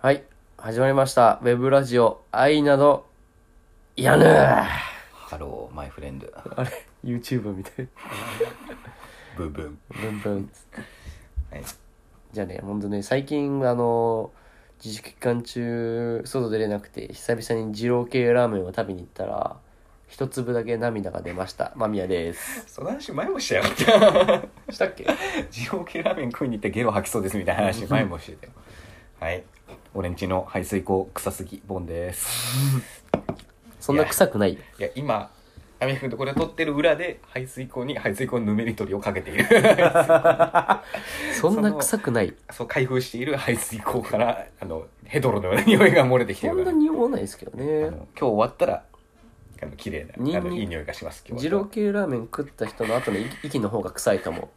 はい。始まりました。ウェブラジオ、愛など、いやぬー ハロー、マイフレンド。あれ ?YouTube みたい。ブンブン。ブンブンっつって。はい。じゃあね、ほんとね、最近、あのー、自粛期間中、外出れなくて、久々に二郎系ラーメンを食べに行ったら、一粒だけ涙が出ました。間宮です。その話前もしてやがった。 したっけ二郎系ラーメン食いに行ってゲロ吐きそうですみたいな話前もしてたよ。はい。俺んちの排水口臭すぎ、ボンです。そんな臭くないいや、今、アミフ君とこれ撮ってる裏で排水口に排水口のぬめり取りをかけて いる。そんな臭くないそう、開封している排水口から、あの、ヘドロのような匂いが漏れてきてそるんかなら。に思わないですけどあねの。今日終わったら、あの、綺麗ニンニクな、あの、いい匂いがします、今日二郎系ラーメン食った人の後の息息の方が臭いと思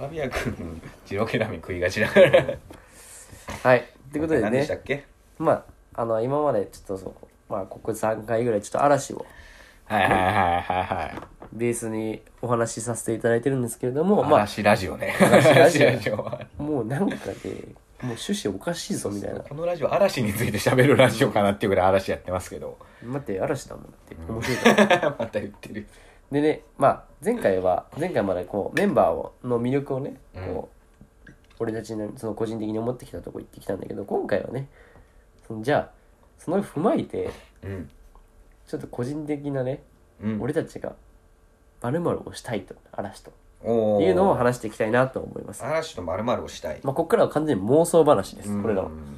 う。アミヤ君、二郎系ラーメン食いがちだから。 というはい。ということで何でねした。っけまあ、あの、今までちょっとそう、まあ、ここ3回ぐらいちょっと嵐をはいはいはいはいはい。ベースにお話しさせていただいてるんですけれども、ま嵐ラジオね。嵐ラジオ嵐ラジオは。あ、もうなんかで、もう趣旨おかしいぞみたいな。このラジオ、嵐について喋るラジオかなっていうぐらい嵐やってますけど。 待って、嵐だもんって、うん面白いから。また言ってる。でね、まあ、前回は、前回までこう、メンバーをの魅力をね、こう、俺たちのその個人的に思ってきたとこ行ってきたんだけど、今回はね、そのじゃあ、その踏まえて、うん。ちょっと個人的なね、うん。俺たちが、〇〇をしたいと、嵐と。おっーていうのを話していきたいなと思います。ま嵐と丸々をしたい。あ、ここからは完全に妄想話です。これらはう。ん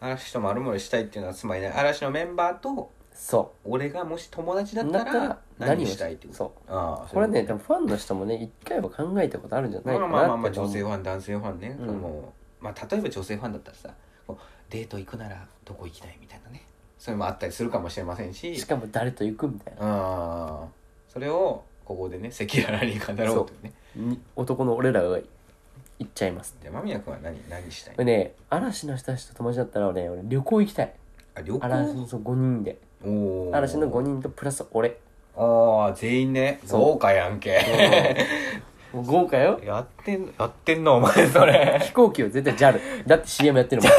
嵐と丸々したいっていうのは、つまりね、嵐のメンバーと、そ俺がもし友達だう。っだたったらら、何何ををししたたいいっっててこことと。ああ、これね、多分ファンの人もね、一回は考えたことあるんじゃないまあかなまっあて。まあまあ女性ファン男性ファンね、うんこのまあ、例えば女性ファンだったらさこうデート行くならどこ行きたいみたいなねそういうのもあったりするかもしれませんししかも誰と行くみたいあそれをここでね赤裸々に語ろうというねな。に男の俺らが行っちゃいます。で間宮君は何何したいこれね、嵐の人たちと友達だったらね、俺旅行行きたい。あ旅嵐行そう5人で。おー嵐の5人とプラス俺。ああ全員ねそう豪華やんけもう豪華よ。 やってんやってんのお前それ 飛行機は絶対 JAL。だって CM やってるもん。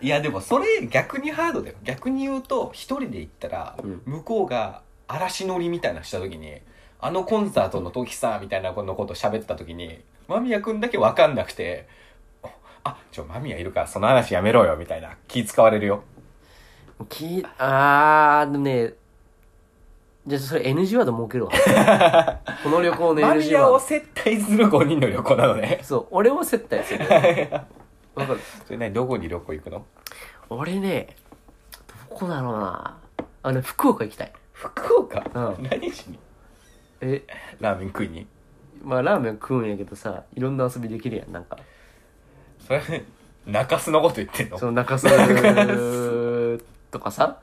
いやでもそれ逆にハードだよ逆に言うと一人で行ったらうん向こうが嵐乗りみたいなのした時にあのコンサートの時さみたいなこのこと喋った時に間宮君だけ分かんなくて「あちょ間宮いるからその話やめろよ」みたいな気使われるよきあーでもねじゃあそれ NG ワード設けるわこの旅行の間 NG ワ宮をー接待する5人の旅行なのドねそう俺を接待するわかる それ何どこに旅行行くの俺ねどこだろうなあの福岡行きたい福岡、うん何しにえラーメン食いにまあラーメン食うんやけどさいろんな遊びできるやんなんかそれ中洲のこと言ってんのその中洲とかさ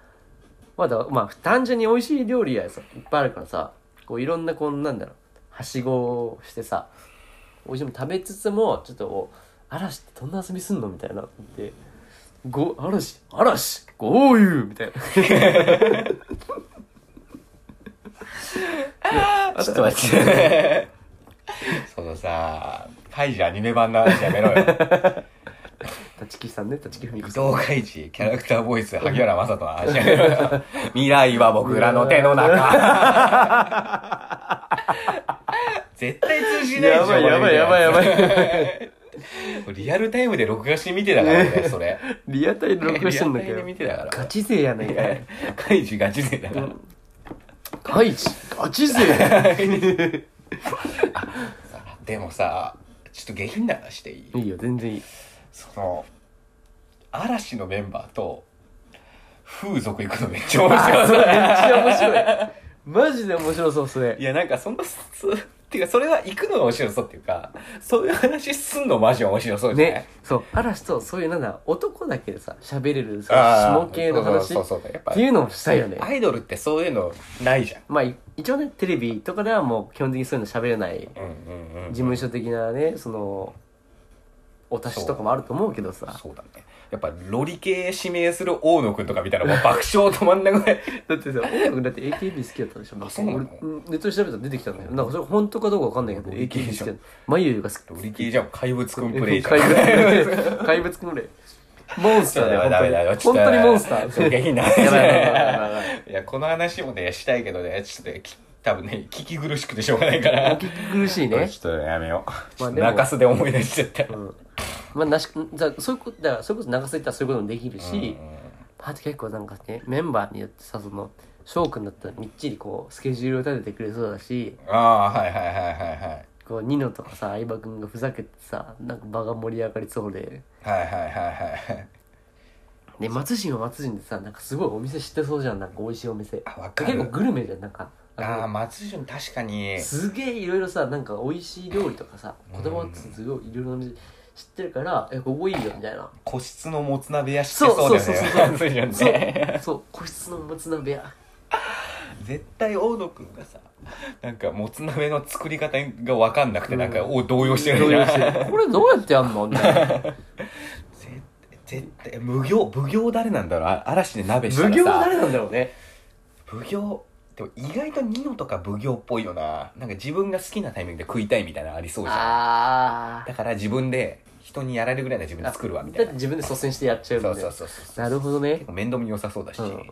まだまあ単純に美味しい料理やさいっぱいあるからさこういろんなこうなんだろうはしごをしてさ美味しいもの食べつつもちょっとこう嵐ってどんな遊びすんのみたいなってご嵐嵐豪遊みたいな ちょっと 待って。そのさ、カイジアニメ版の話やめろよ。立木さんね立木文伊子藤さんカイジ、キャラクターボイス、萩原正人の話や めろよ。未来は僕らの手 の中。絶対通じないじゃん。やばいやばいやばいやい。リアルタイムで録画して見てたから ね、それ。 リアタイで録画してんだリけアタイどで見てたから。ガチ勢やないかいカイジガチ勢だから。カイチガチ勢でもさ、ちょっと下品な話でいいいいよ全然いいその嵐のメンバーと風俗行くのめっちゃ面白めっちそうゃ面白い。マジで面白そう、それい。やなんかそのすっていうかそれは行くのが面白そうっていうかそういう話すんのマジ面白そうじゃない、ね、そう、嵐とそういうなんだ、男だけでさ、喋れる、そのあー下系の話そうっそうそうそうやっぱていうのをしたいよね。アイドルってそういうのないじゃんまあ、い一応ね、テレビとかではもう基本的にそういうの喋れない、事うんうんうん務所的なね、その、お達しとかもあると思うけどさそうだね。やっぱ、ロリ系指名する大野くんとか見たらもう爆笑止まんなく らい。だってさ音楽だって AKB 好きだったでしょあそうなの俺うんネットで調べたら出てきたんだよなんかそれ本当かどうかわかんないけどロリ系 AKB 好できしょだった眉優が好きロリ系じゃん、怪物くんプレイじゃ怪ん。物 怪物くんれモンスターだダメだよよ本当に本当にモンスターそれがいい なやばいやばいやばいやばいいや、この話もね、したいけどね、ちょっとね、き多分ね、聞き苦しくてしょうがない から。ち苦しいょねっとやめよう。まあでも中洲で思い出しちゃった。まあなしだからそういうことだからそれこそ長瀬行ったらそういうこともできるし、うんあと結構なんかねメンバーによってさその翔くんだったらみっちりこうスケジュールを立ててくれそうだしああ、はいはいはいはいはい。こうニノとかさ相葉くんがふざけてさなんか場が盛り上がりそうではいはいはいはい。で松陣は松陣でさなんかすごいお店知ってそうじゃんなんか美味しいお店あ、わか結構る。グルメじゃんなんかああ、の松潤確かに。すげえいろいろさなんか美味しい料理とかさ子供ってすごいいろいろなお店知ってるからえここいいよみたいな個室のもつ鍋屋知ってそうそうそうだよそうそうね。松潤そうね。そう個室のもつ鍋屋絶対大野くんがさ、なんかもつ鍋の作り方がわかんなくて、なんか、お動揺してる動じゃ揺んしてるこれどうやってやんのみたいな絶絶対無業奉行誰なんだろうあ嵐 で鍋した奉らさ行誰なんだろうね奉行でも意外とニノとか奉行っぽいよななんか自分が好きなタイミングで食いたいみたいなのありそうじゃんああだから自分で人にやられるぐらいな自分で作るわみただいってな自分で率先してやっちゃうそもんうねそうそうそうなるほどね結構面倒見良さそうだし、うん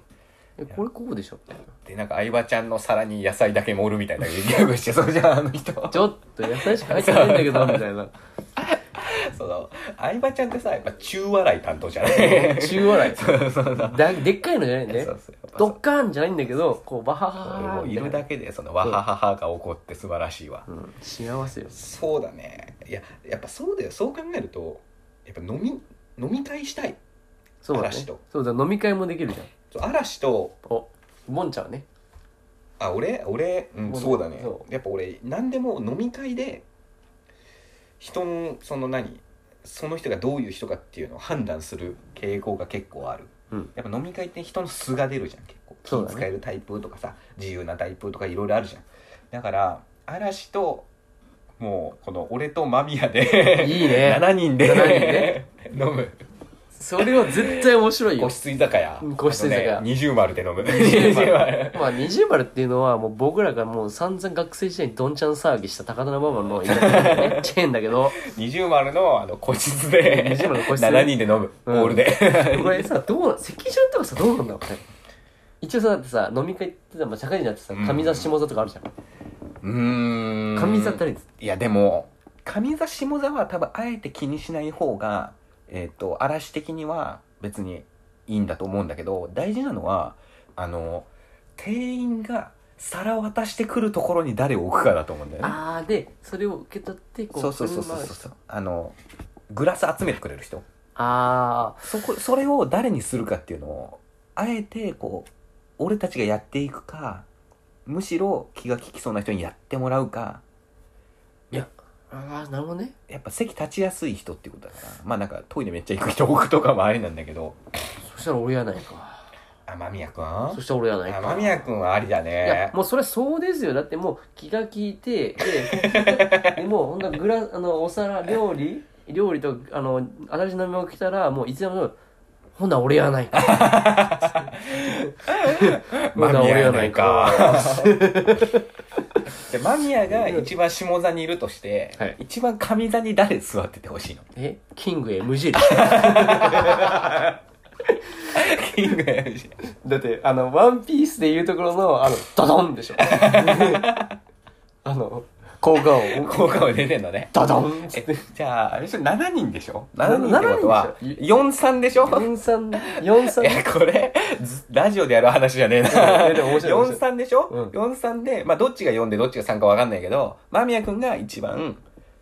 えこれこうでしょでなんか相葉ちゃんの皿に野菜だけ盛るみたいなギャグ してそうじゃんあの人 ちょっと野菜しか入ってないんだけどみたいなその相葉ちゃんってさやっぱ中笑い担当じゃない中笑い そうそうそうだでっかいのじゃないんでそうそうやっぱそうドッカーンじゃないんだけどこうバハハハもういるだけでそのわはははが起こって素晴らしいわ、うん幸せよそうだねいややっぱそうだよそう考えるとやっぱ飲み飲み会したいそうだ嵐ねとそうだ飲み会もできるじゃんそう嵐とおボンちゃんはねあ俺俺うんもうそうだねそやっぱ俺何でも飲み会で人のその何その人がどういう人かっていうのを判断する傾向が結構ある、うんやっぱ飲み会って人の素が出るじゃん結そ構うだ気ね使えるタイプとかさ、自由なタイプとかいろいろあるじゃんだから嵐ともうこの俺と間宮でいいね7人で7飲む それは絶対面白い個よ室居酒屋うん個室居酒屋あとね、20丸で飲む20 20丸まあ二重丸っていうのはもう僕らがもう散々学生時代にどんちゃん騒ぎした高田馬場の居酒屋 のねチェーンだけど20丸のあの個室で20丸の個室7人で飲む、うんオール でこれさどうな席順とかさどうなんだろうね一応さだってさ飲み会ってさ、まあ、社会人だってさうん上座下座とかあるじゃん、うーん上座って何ですいやでも上座下座は多分あえて気にしない方がえっ、と嵐的には別にいいんだと思うんだけど大事なのはあの店員が皿を渡してくるところに誰を置くかだと思うんだよねああでそれを受け取ってこうそうそうそうそう振る舞そうあのグラス集めてくれる人あそこそれを誰にするかっていうのをあえてこう俺たちがやっていくかむしろ気が利きそうな人にやってもらうかーあーなるほどねやっぱ席立ちやすい人っていうことだからまあなんかトイレめっちゃ行く人置くとかもありなんだけどそしたら俺やないか天宮くんそしたら俺やないか天宮くんはありだいやねもうそれはそうですよだってもう気が利いてででもうほんとグラあのお皿料理料理とあの新しい飲み物来たらもういつでもほんなら俺やないか ほんなら俺やないかで間宮が一番下座にいるとして、はい一番上座に誰座っててほ しいのえキング MG キングやるしだってあの「ワンピースでいうところのあのドドンでし ょあの効果音効果を出てんのねドドンっつっえてじゃああれでしょ7人でしょな7人ってことは7人43でしょい4343や、これ、ずラジオでやる話じゃねえな。いやでも面白い面白い43でしょ、うん ?43 で、まあ、どっちが4でどっちが3かわかんないけど、間宮くんが一番、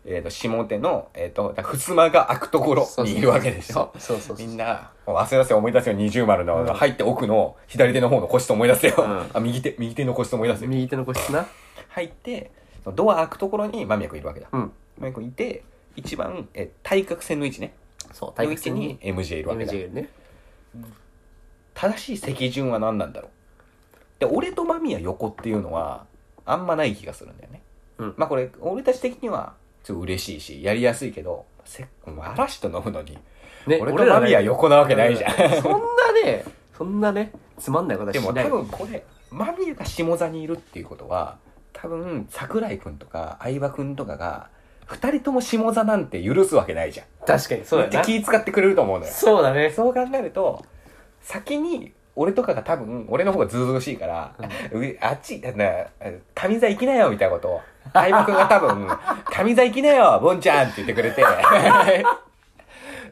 えっ、と、下手の、えっ、と、だから襖が開くところにいるわけでしょそうそうそみうんな、もう汗出せ思い出せよ、二重丸の、うん入って奥の、左手の方の個室思い出せよ。うんあ、右手、右手の個室思い出せよ。右手の個室な入って、そのドア開くところに間宮くんいるわけだ。うん間宮くんいて、一番、え対角線の位置ね。そうの体位育置線にに MJ いるわけだ。 MJ ね正しい席順は何なんだろうで俺と間宮横っていうのはあんまない気がするんだよね、うんまあこれ俺たち的にはちょっと嬉しいし、やりやすいけど、せっ嵐と飲むのに、ね俺とマミは横なわけないじゃん。そんなねそんなねつまんないことはし でもない多分これ、マミヤが下座にいるっていうことは、多分、桜井くんとか相葉くんとかが、二人とも下座なんて許すわけないじゃん。確かにそうめだっなちゃ気使ってくれると思うのよ。そうだねそう考えると、先に、俺とかが多分、俺の方がずうずうしいから、うあっち、な、上座行きなよ、みたいなことを。相葉くんが多分、上座行きなよ、ボンちゃんって言ってくれて。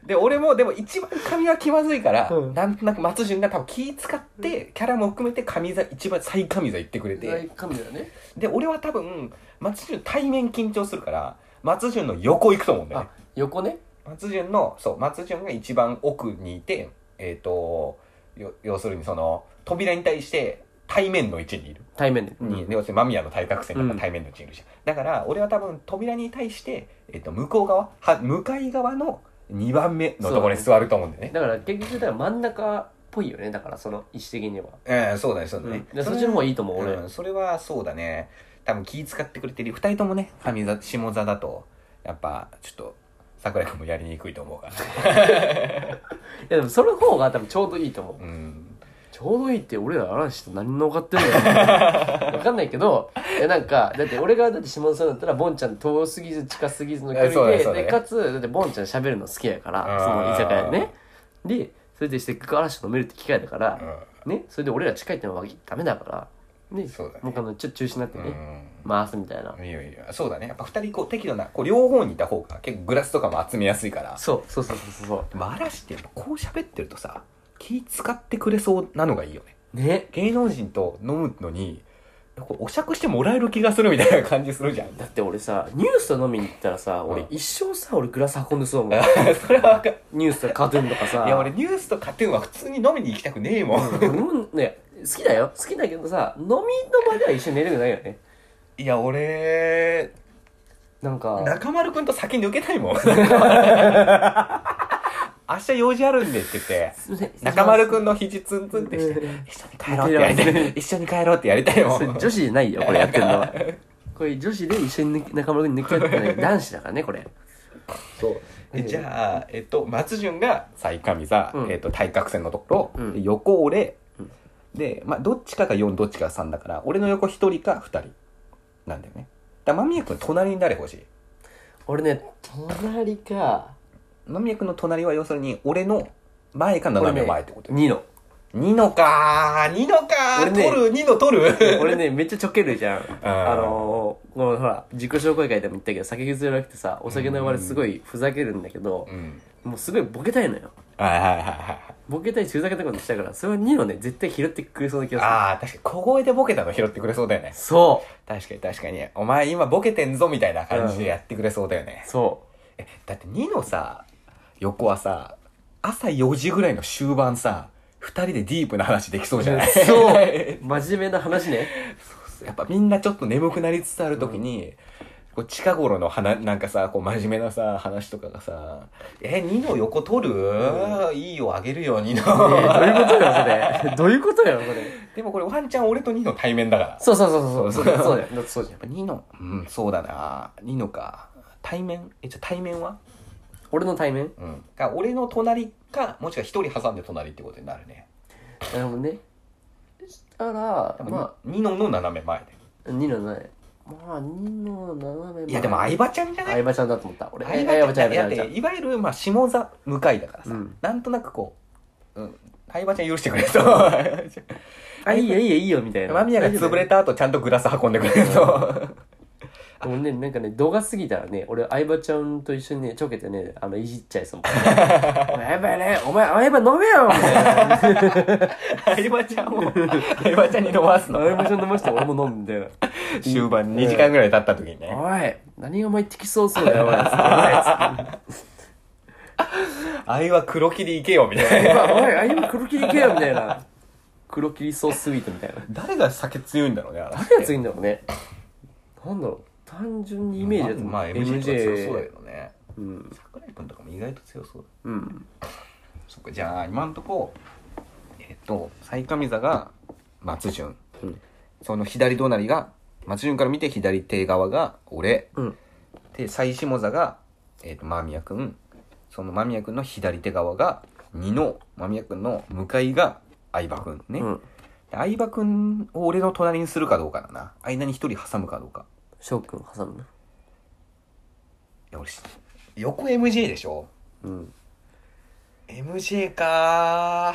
で、俺も、でも一番髪は気まずいから、うんなんとなく松潤が多分気使って、キャラも含めて上座、一番最上座行ってくれて。神だよねで、俺は多分、松潤対面緊張するから、松潤の横行くと思うんだよねあ。横ね松潤のそう松潤が一番奥にいてえっ、とよ要するにその扉に対して対面の位置にいる、対面で、に要するに間宮の対角線だかうんら対面の位置にいるじゃん、だから俺は多分扉に対して、えっと向こう側は向かい側の2番目のところに座ると思うんだよねだから結局だから真ん中っぽいよねだからその位置的には、うんそうだねそうだね、でそっちの方がいいと思う俺、うん、それはそうだね多分気使ってくれてる二人ともね上座下座だとやっぱちょっと桜井君もやりにくいと思うから、いやでもその方が多分ちょうどいいと思ううん、ちょうどいいって俺ら嵐と何の分かってるのか 分かんないけどいやなんかだって俺がだって下田さんだったらボンちゃん遠すぎず近すぎずの距えそう離でだねそうだでねかつだってボンちゃん喋るの好きやからうんその居酒屋ねでそれでせっかく嵐と飲めるって機会だから、ねそれで俺ら近いってのはダメだからねそうだねもうあのちょっと中止になってうね、ん回すみたいないやいや、そうだね。やっぱ二人こう適度な、こう両方にいた方が結構グラスとかも集めやすいから。そうそうそうそうそでも嵐ってやっぱこう喋ってるとさ、気使ってくれそうなのがいいよね。うね芸能人と飲むのに、こうお酌してもらえる気がするみたいな感じするじゃん。 だって俺さニュースと飲みに行ったらさ俺うん一生さ俺グラス運んでそうだも んそれはわかる。ニュースとカートゥーンとかさいや、俺ニュースとカトゥーンは普通に飲みに行きたくねえもん。うん、ね、好きだよ好きだけどさ飲みの場では一緒に寝れるくないよねいや、俺、なんか中丸くんと先抜けたい もん。明日用事あるんでって言って。すいません 中丸くんの肘ツンツンってして、うん一緒に帰ろうってやりた い。一緒に帰ろうってやりたいも それん。女子じゃないよこれやってるの はこれ女子で一緒に抜き中丸くんに抜き合ってない男子だからねこれそう。えじゃあ、えっと、松潤が最上座、うんえっと、対角線のところ、うん横俺、うんで、まあ、どっちかが4、どっちかが3だから、俺の横1人か2人なんだよね。だから間宮君隣に誰欲しい俺ね隣か間宮君の隣は要するに、俺の前か斜め前ってことよ。ニノニノかー、ニノか俺ー、ね取る、ニノ取る。俺ねめっ ちゃちょけるじゃんあのー、このほら自己紹介会でも言ったけど酒強なくてさお酒の場ですごいふざけるんだけどうん。もうすごいボケたいのよはいはいはいはい。ボケたい中酒とかにしたからそれはニノね絶対拾ってくれそうな気がああ、確かに小声でボケたの拾ってくれそうだよね。するそ確かに確かに。お前今ボケてんぞみたいな感じでやってくれそうだよねう。そうえ、だって2のさ、横はさ、朝4時ぐらいの終盤さ、二人でディープな話できそうじゃないそう。真面目な話ね。 やっぱみんなちょっと眠くなりつつある時に、こう近頃の話、なんかさ、こう真面目なさ、話とかがさ、え、2の横取る、いいよ、あげるよ、2えーどうの。いうことよ、それ。 どういうことよ、それ。でもこれワンチャン俺と2の対面だから。そうそうそうそう。そうそうそうだよ。だってそうじゃん。やっぱニノうんそうだなニノか対面えじゃあ対面は俺の対面うんが俺の隣かもしくは一人挟んで隣ってことになるねなるほどね。そしたらで、も、まニノの斜め前であ、ニノない。まあ、ニノ斜め。いやでも相葉ちゃんじゃない相葉ちゃんだと思った。俺、相相葉葉ちちゃゃん、ん相だ葉っちゃん。ていわゆるまあ下座向かいだからさ、うんなんとなくこう、うん、相葉ちゃん許してく れそうあ、いいよ、いいよ、いいよ、みたいな。間宮が潰れた後ちゃんとグラス運んでくれるとでもね、なんかね、動画過ぎたらね、俺、相葉ちゃんと一緒にね、ちょけてね、あの、いじっちゃい そう。やばいね、お前、相葉飲めよみたいな相葉ちゃんを相葉ちゃんに飲ますの相葉ちゃん飲まして、俺も飲むみたいな。終盤2時間ぐらい経った時にね、おい何がお前適そうそうだよおいつって相葉黒霧行けよみたい なお いおいあゆ黒切り系よみたいな黒切りソーススイートみたいな誰が酒強いんだろうね、あれ誰が次いんだろうねなんだろう単純にイメージだとまあ、まあ MJ とか強そうだけ MJ どね。うん桜井くんとかも意外と強そううだ。んそっか、じゃあ、今んとこ、えっと、最上座が松潤。うんその左隣が、松潤から見て左手側が俺。うんで最下座が、えー、と間宮君その間宮君の左手側が二の間宮君の向かいが相葉君ね、うんで相葉君を俺の隣にするかどうかだな間に一人挟むかどうか翔くん挟むねいや俺し横 MJ でしょうん MJ か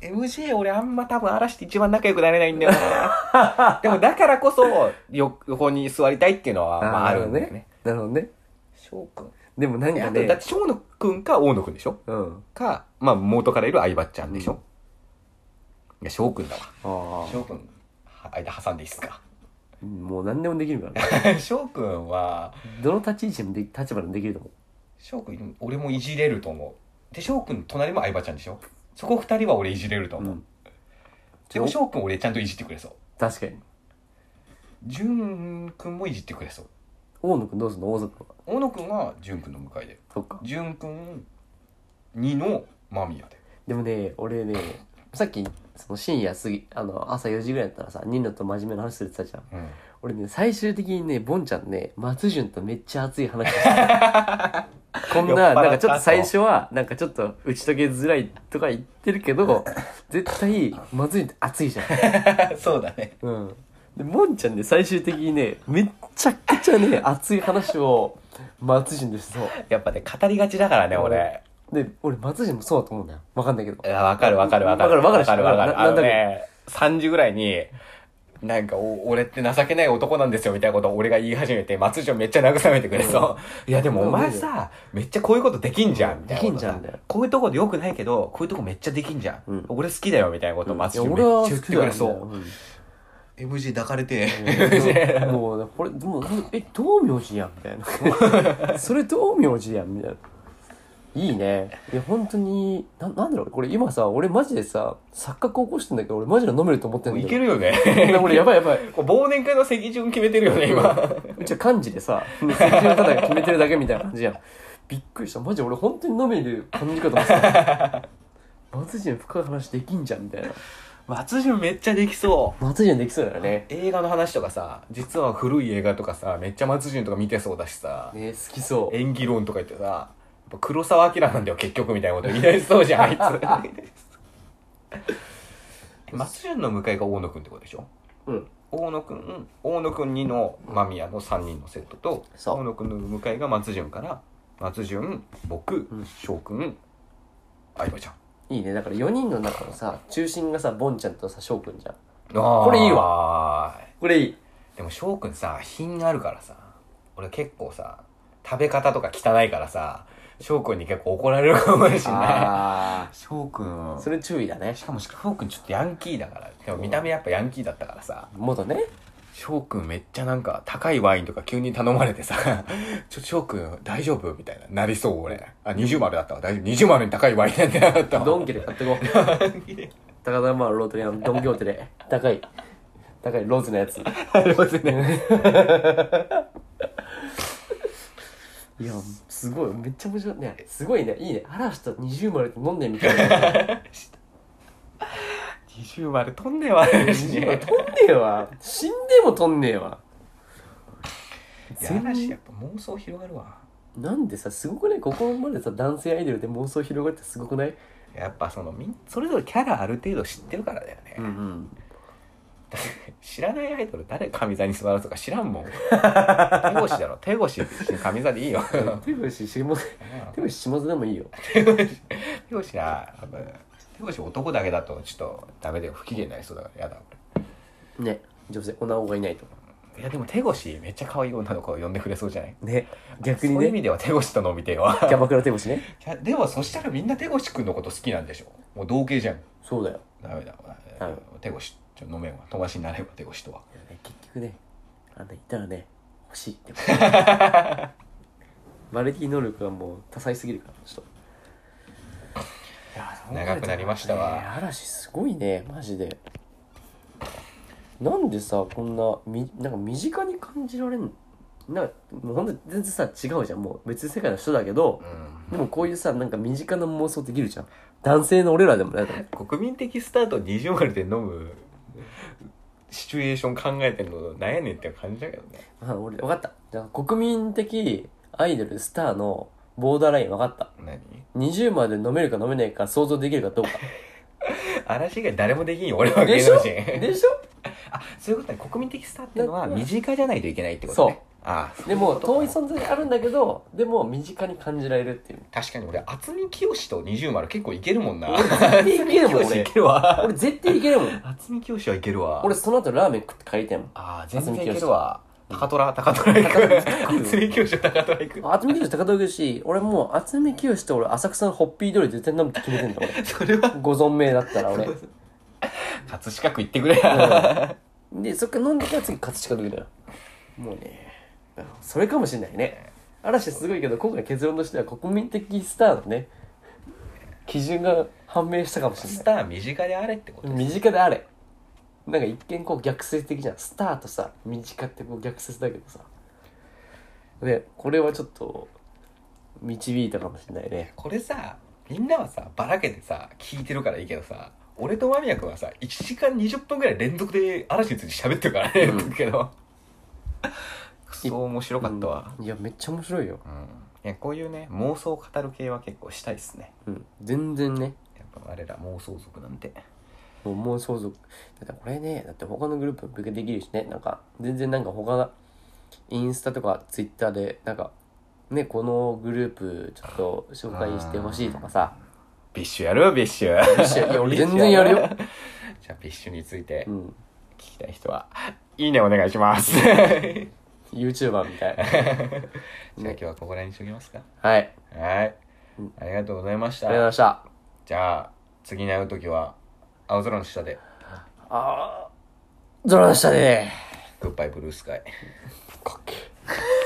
ー MJ 俺あんま多分嵐って一番仲良くなれないんだよ なでもだからこそよ横に座りたいっていうのはまああるんだよねなるほどね翔くんでもなんいやかあとだねって翔野くんか大野くんでしょうんか、まあ、元からいる相葉ちゃんでしうょ、んいや翔くんだわあ翔くんは間挟んでいいっす かあもう何でもできる からね翔くんはどの立ち位置でもで立場でもできると思う翔くん俺もいじれると思うで翔くん隣も相葉ちゃんでしょそこ二人は俺いじれると思う、うんでも翔くん俺ちゃんといじってくれそう確かに潤くんもいじってくれそう大野くんどうすんの大野くんは大野くんは潤くんの向かいでそっか潤くん2の間宮ででもね俺ねさっきその深夜過ぎあの朝4時ぐらいだったらさニーナと真面目な話するって言ってたじゃんうん俺ね最終的にねボンちゃんね松潤とめっちゃ熱い話してた こん酔なっ払った後なんかちょっと最初はなんかちょっと打ち解けづらいとか言ってるけ ど絶対松潤って熱いじゃんそうだねうんでボンちゃんね最終的にねめっちゃくちゃね熱い話を松潤でしそうやっぱね語りがちだからね俺で俺松潤もそうだと思うんだよわかんないけどいやわかるわかるわかわるかるわかわかるるわかるなあのなね3時ぐらいになんかお俺って情けない男なんですよみたいなことを俺が言い始めて松潤めっちゃ慰めてくれそう、いやでもお前さめっちゃこういうことできんじゃんみたいなことできんじゃんだよこういうとこでよくないけどこういうとこめっちゃできんじゃん、うん俺好きだよみたいなことを松い潤やめっ俺は好ちゃ言っきてだくよれそう、うん MG 抱かれ てもうねこれもうえ道明寺やんみた いなそれ道明寺やんみたいないいねいや本当にななんだろうこれ今さ俺マジでさ錯覚起こしてんだけど俺マジで飲めると思ってんだいけどけるよいやね俺やばいやばいこう忘年会の席順決めてるよね今うちは漢字でさ席順ただ決めてるだけみたいな感じやんびっくりしたマジ俺本当に飲める感じかと思ってた松潤深い話できんじゃんみたいな松潤めっちゃできそう松潤できそうだよね映画の話とかさ実は古い映画とかさめっちゃ松潤とか見てそうだしさね好きそう演技論とか言ってさやっぱ黒澤明なんだよ結局みたいなこと言い出しそうじゃんあいつ 松潤の向かいが大野くんってことでしょうん大野くん大野くん2の間宮の3人のセットとそう大野くんの向かいが松潤から松潤僕うん翔くん相葉ちゃんいいねだから4人の中のさ中心がさボンちゃんとさ翔くんじゃんこれいいわこれいいでも翔くんさ品があるからさ俺結構さ食べ方とか汚いからさ翔くんに結構怒られるかもしれなあい翔くんあ それ注意だねしかも翔くんちょっとヤンキーだからでも見た目やっぱヤンキーだったからさ元ね翔くんめっちゃなんか高いワインとか急に頼まれて さ「ちょ翔くん大丈夫?」みたいななりそう俺あ20丸だったわ大丈夫20丸に高いワインなんてなかったわドンキで買ってこう 高田マーロートリアのドンキョーテで高い高い ローズのやつローズね いやすごいめっちゃ面白いねすごいねいいね嵐と二重丸って飲んでみた いな20丸とんねえわね二重丸とんねえわ死んでもとんねえわいや嵐やっぱ妄想広がるわなんでさすごくないここまでさ男性アイドルで妄想広がるってすごくないやっぱそのみんそれぞれキャラある程度知ってるからだよね、ん知らないアイドル誰神座に座るとか知らん もん手越だろ手越神座でいいよ うん手越下手越下津でもいいよ手越はやっぱ手越男だけだとちょっとダメだよ不機嫌になりそうだからやだね女性女子がいないと俺いやでも手越めっちゃ可愛い女の子を呼んでくれそうじゃないね逆にそういう意ね味では手越と飲みてえわキャバクラ手越ねいやでもそしたらみんな手越くんのこと好きなんでしょもう同型じゃんそうだよダメだダメ手越ちょっと飲めんわ友達になれば手越とは結局ねあんな言ったらね欲しいって思 うバレティ能力がもう多彩すぎるからちょっといやそう考えら長くなりましたわね嵐すごいねマジでなんでさこんなみなんか身近に感じられんなんかもうほんと全然さ違うじゃんもう別世界の人だけどうんでもこういうさなんか身近な妄想できるじゃん男性の俺らでもね国民的スタート二重丸で飲むシチュエーション考えてるのなんやねんって感じだけどねあ俺分かったじゃあ国民的アイドルスターのボーダーライン分かった何20まで飲めるか飲めないか想像できるかどうか嵐以外誰もできんよ俺は芸でしょ能人でしょあそういうことね国民的スターってのはだから身近じゃないといけないってことねそうああでも遠い存在あるんだけどでも身近に感じられるっていう確かに俺渥美清と二重丸結構いけるもんな俺絶対いけるもん渥美清俺いけるわ俺絶対いけるもん渥美清はいけるわ俺その後ラーメン食って帰りたいもんああ全全然然いけいけるるわわ高虎高虎行く高虎渥美清高虎行く渥美清高田し俺もう渥美清と俺浅草のホッピー通り絶対飲むって決めてんだ俺それはご存命だったら俺、葛飾区行ってくれうん、でそっから飲んでから次葛飾時だよもうねそれかもしんないね嵐すごいけど今回結論としては国民的スターのね基準が判明したかもしんスなター身近であれってことい身近であれなんか一見こう逆説的じゃんスターとさ身近ってこう逆説だけどさでこれはちょっと導いたかもしんないねこれさみんなはさばらけてさ聞いてるからいいけどさ俺と間宮君はさ1時間20分ぐらい連続で嵐について喋ってるからね、うん言っとくけ どクソ面白かったわ、うんいやめっちゃ面白いよ、うんいやこういうね妄想を語る系は結構したいっすねうん、全然ねやっぱ我ら妄想族なんてもうもう相続だってこれねだって他のグループも受けできるしねなんか全然なんか他がインスタとかツイッターでなんかねこのグループちょっと紹介してほしいとかさビッシュやるビッシュビッシュいや 俺全然やるよじゃあビッシュについてうん聞きたい人は、いいねお願い しますじゃ YouTuber みたいなあ今日はここら辺にしときますかはいありはいありがとうございましがとうございたましたじゃあ次に会う時は青空の下でああドラでしたねグッバイブルースカイかっけえ